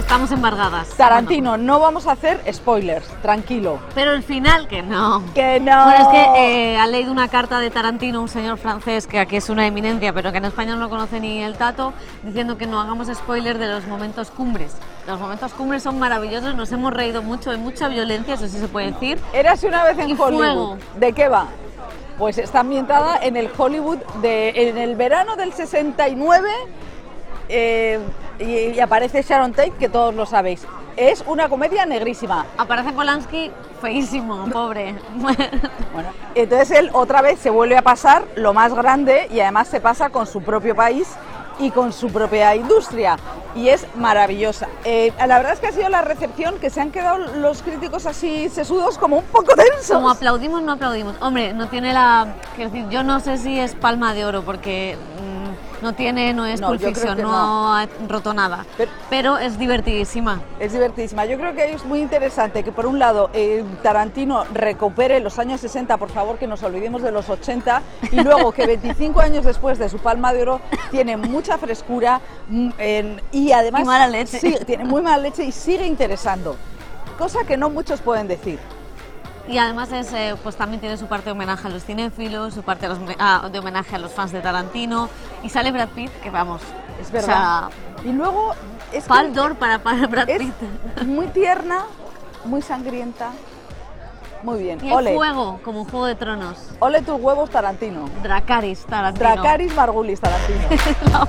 estamos embargadas. Tarantino, no vamos a hacer spoilers, tranquilo. Pero el final, que no. Que no. Bueno, es que eh, ha leído una carta de Tarantino, un señor francés que aquí es una eminencia, pero que en España no conoce ni el tato, diciendo que no hagamos spoilers de los momentos cumbres. Los momentos cumbres son maravillosos, nos hemos reído mucho, hay mucha violencia, eso sí se puede decir. Eras una vez en Y Hollywood. fuego. ¿De qué va? Pues está ambientada en el Hollywood de en el verano del 69 eh, y, y aparece Sharon Tate, que todos lo sabéis. Es una comedia negrísima. Aparece Polanski feísimo, pobre. Bueno, entonces él otra vez se vuelve a pasar lo más grande y además se pasa con su propio país y con su propia industria. Y es maravillosa. Eh, la verdad es que ha sido la recepción que se han quedado los críticos así sesudos como un poco tensos. Como aplaudimos, no aplaudimos. Hombre, no tiene la. Quiero decir, yo no sé si es palma de oro porque mm, no tiene, no es No, Pulp yo creo Fiction, que no, no. ha roto nada. Pero- Pero, es divertidísima. Es divertidísima. Yo creo que es muy interesante que, por un lado, eh, Tarantino recupere los años 60, por favor, que nos olvidemos de los 80, y luego que 25 años después de su Palma de Oro tiene mucha frescura mm, en- y además. Y mala leche. Sí, tiene muy mala leche y sigue interesando. Cosa que no muchos pueden decir. Y además es, eh, pues también tiene su parte de homenaje a los cinéfilos, su parte a los me- a- de homenaje a los fans de Tarantino. Y sale Brad Pitt, que vamos. Es verdad. O sea, y luego. Es que pal d'or para, para Brad Pitt. es muy tierna, muy sangrienta. Muy bien. Y hay Ole. fuego, como un juego de tronos. Ole tus huevos, Tarantino. Dracaris, Tarantino. Dracaris Margulis Tarantino.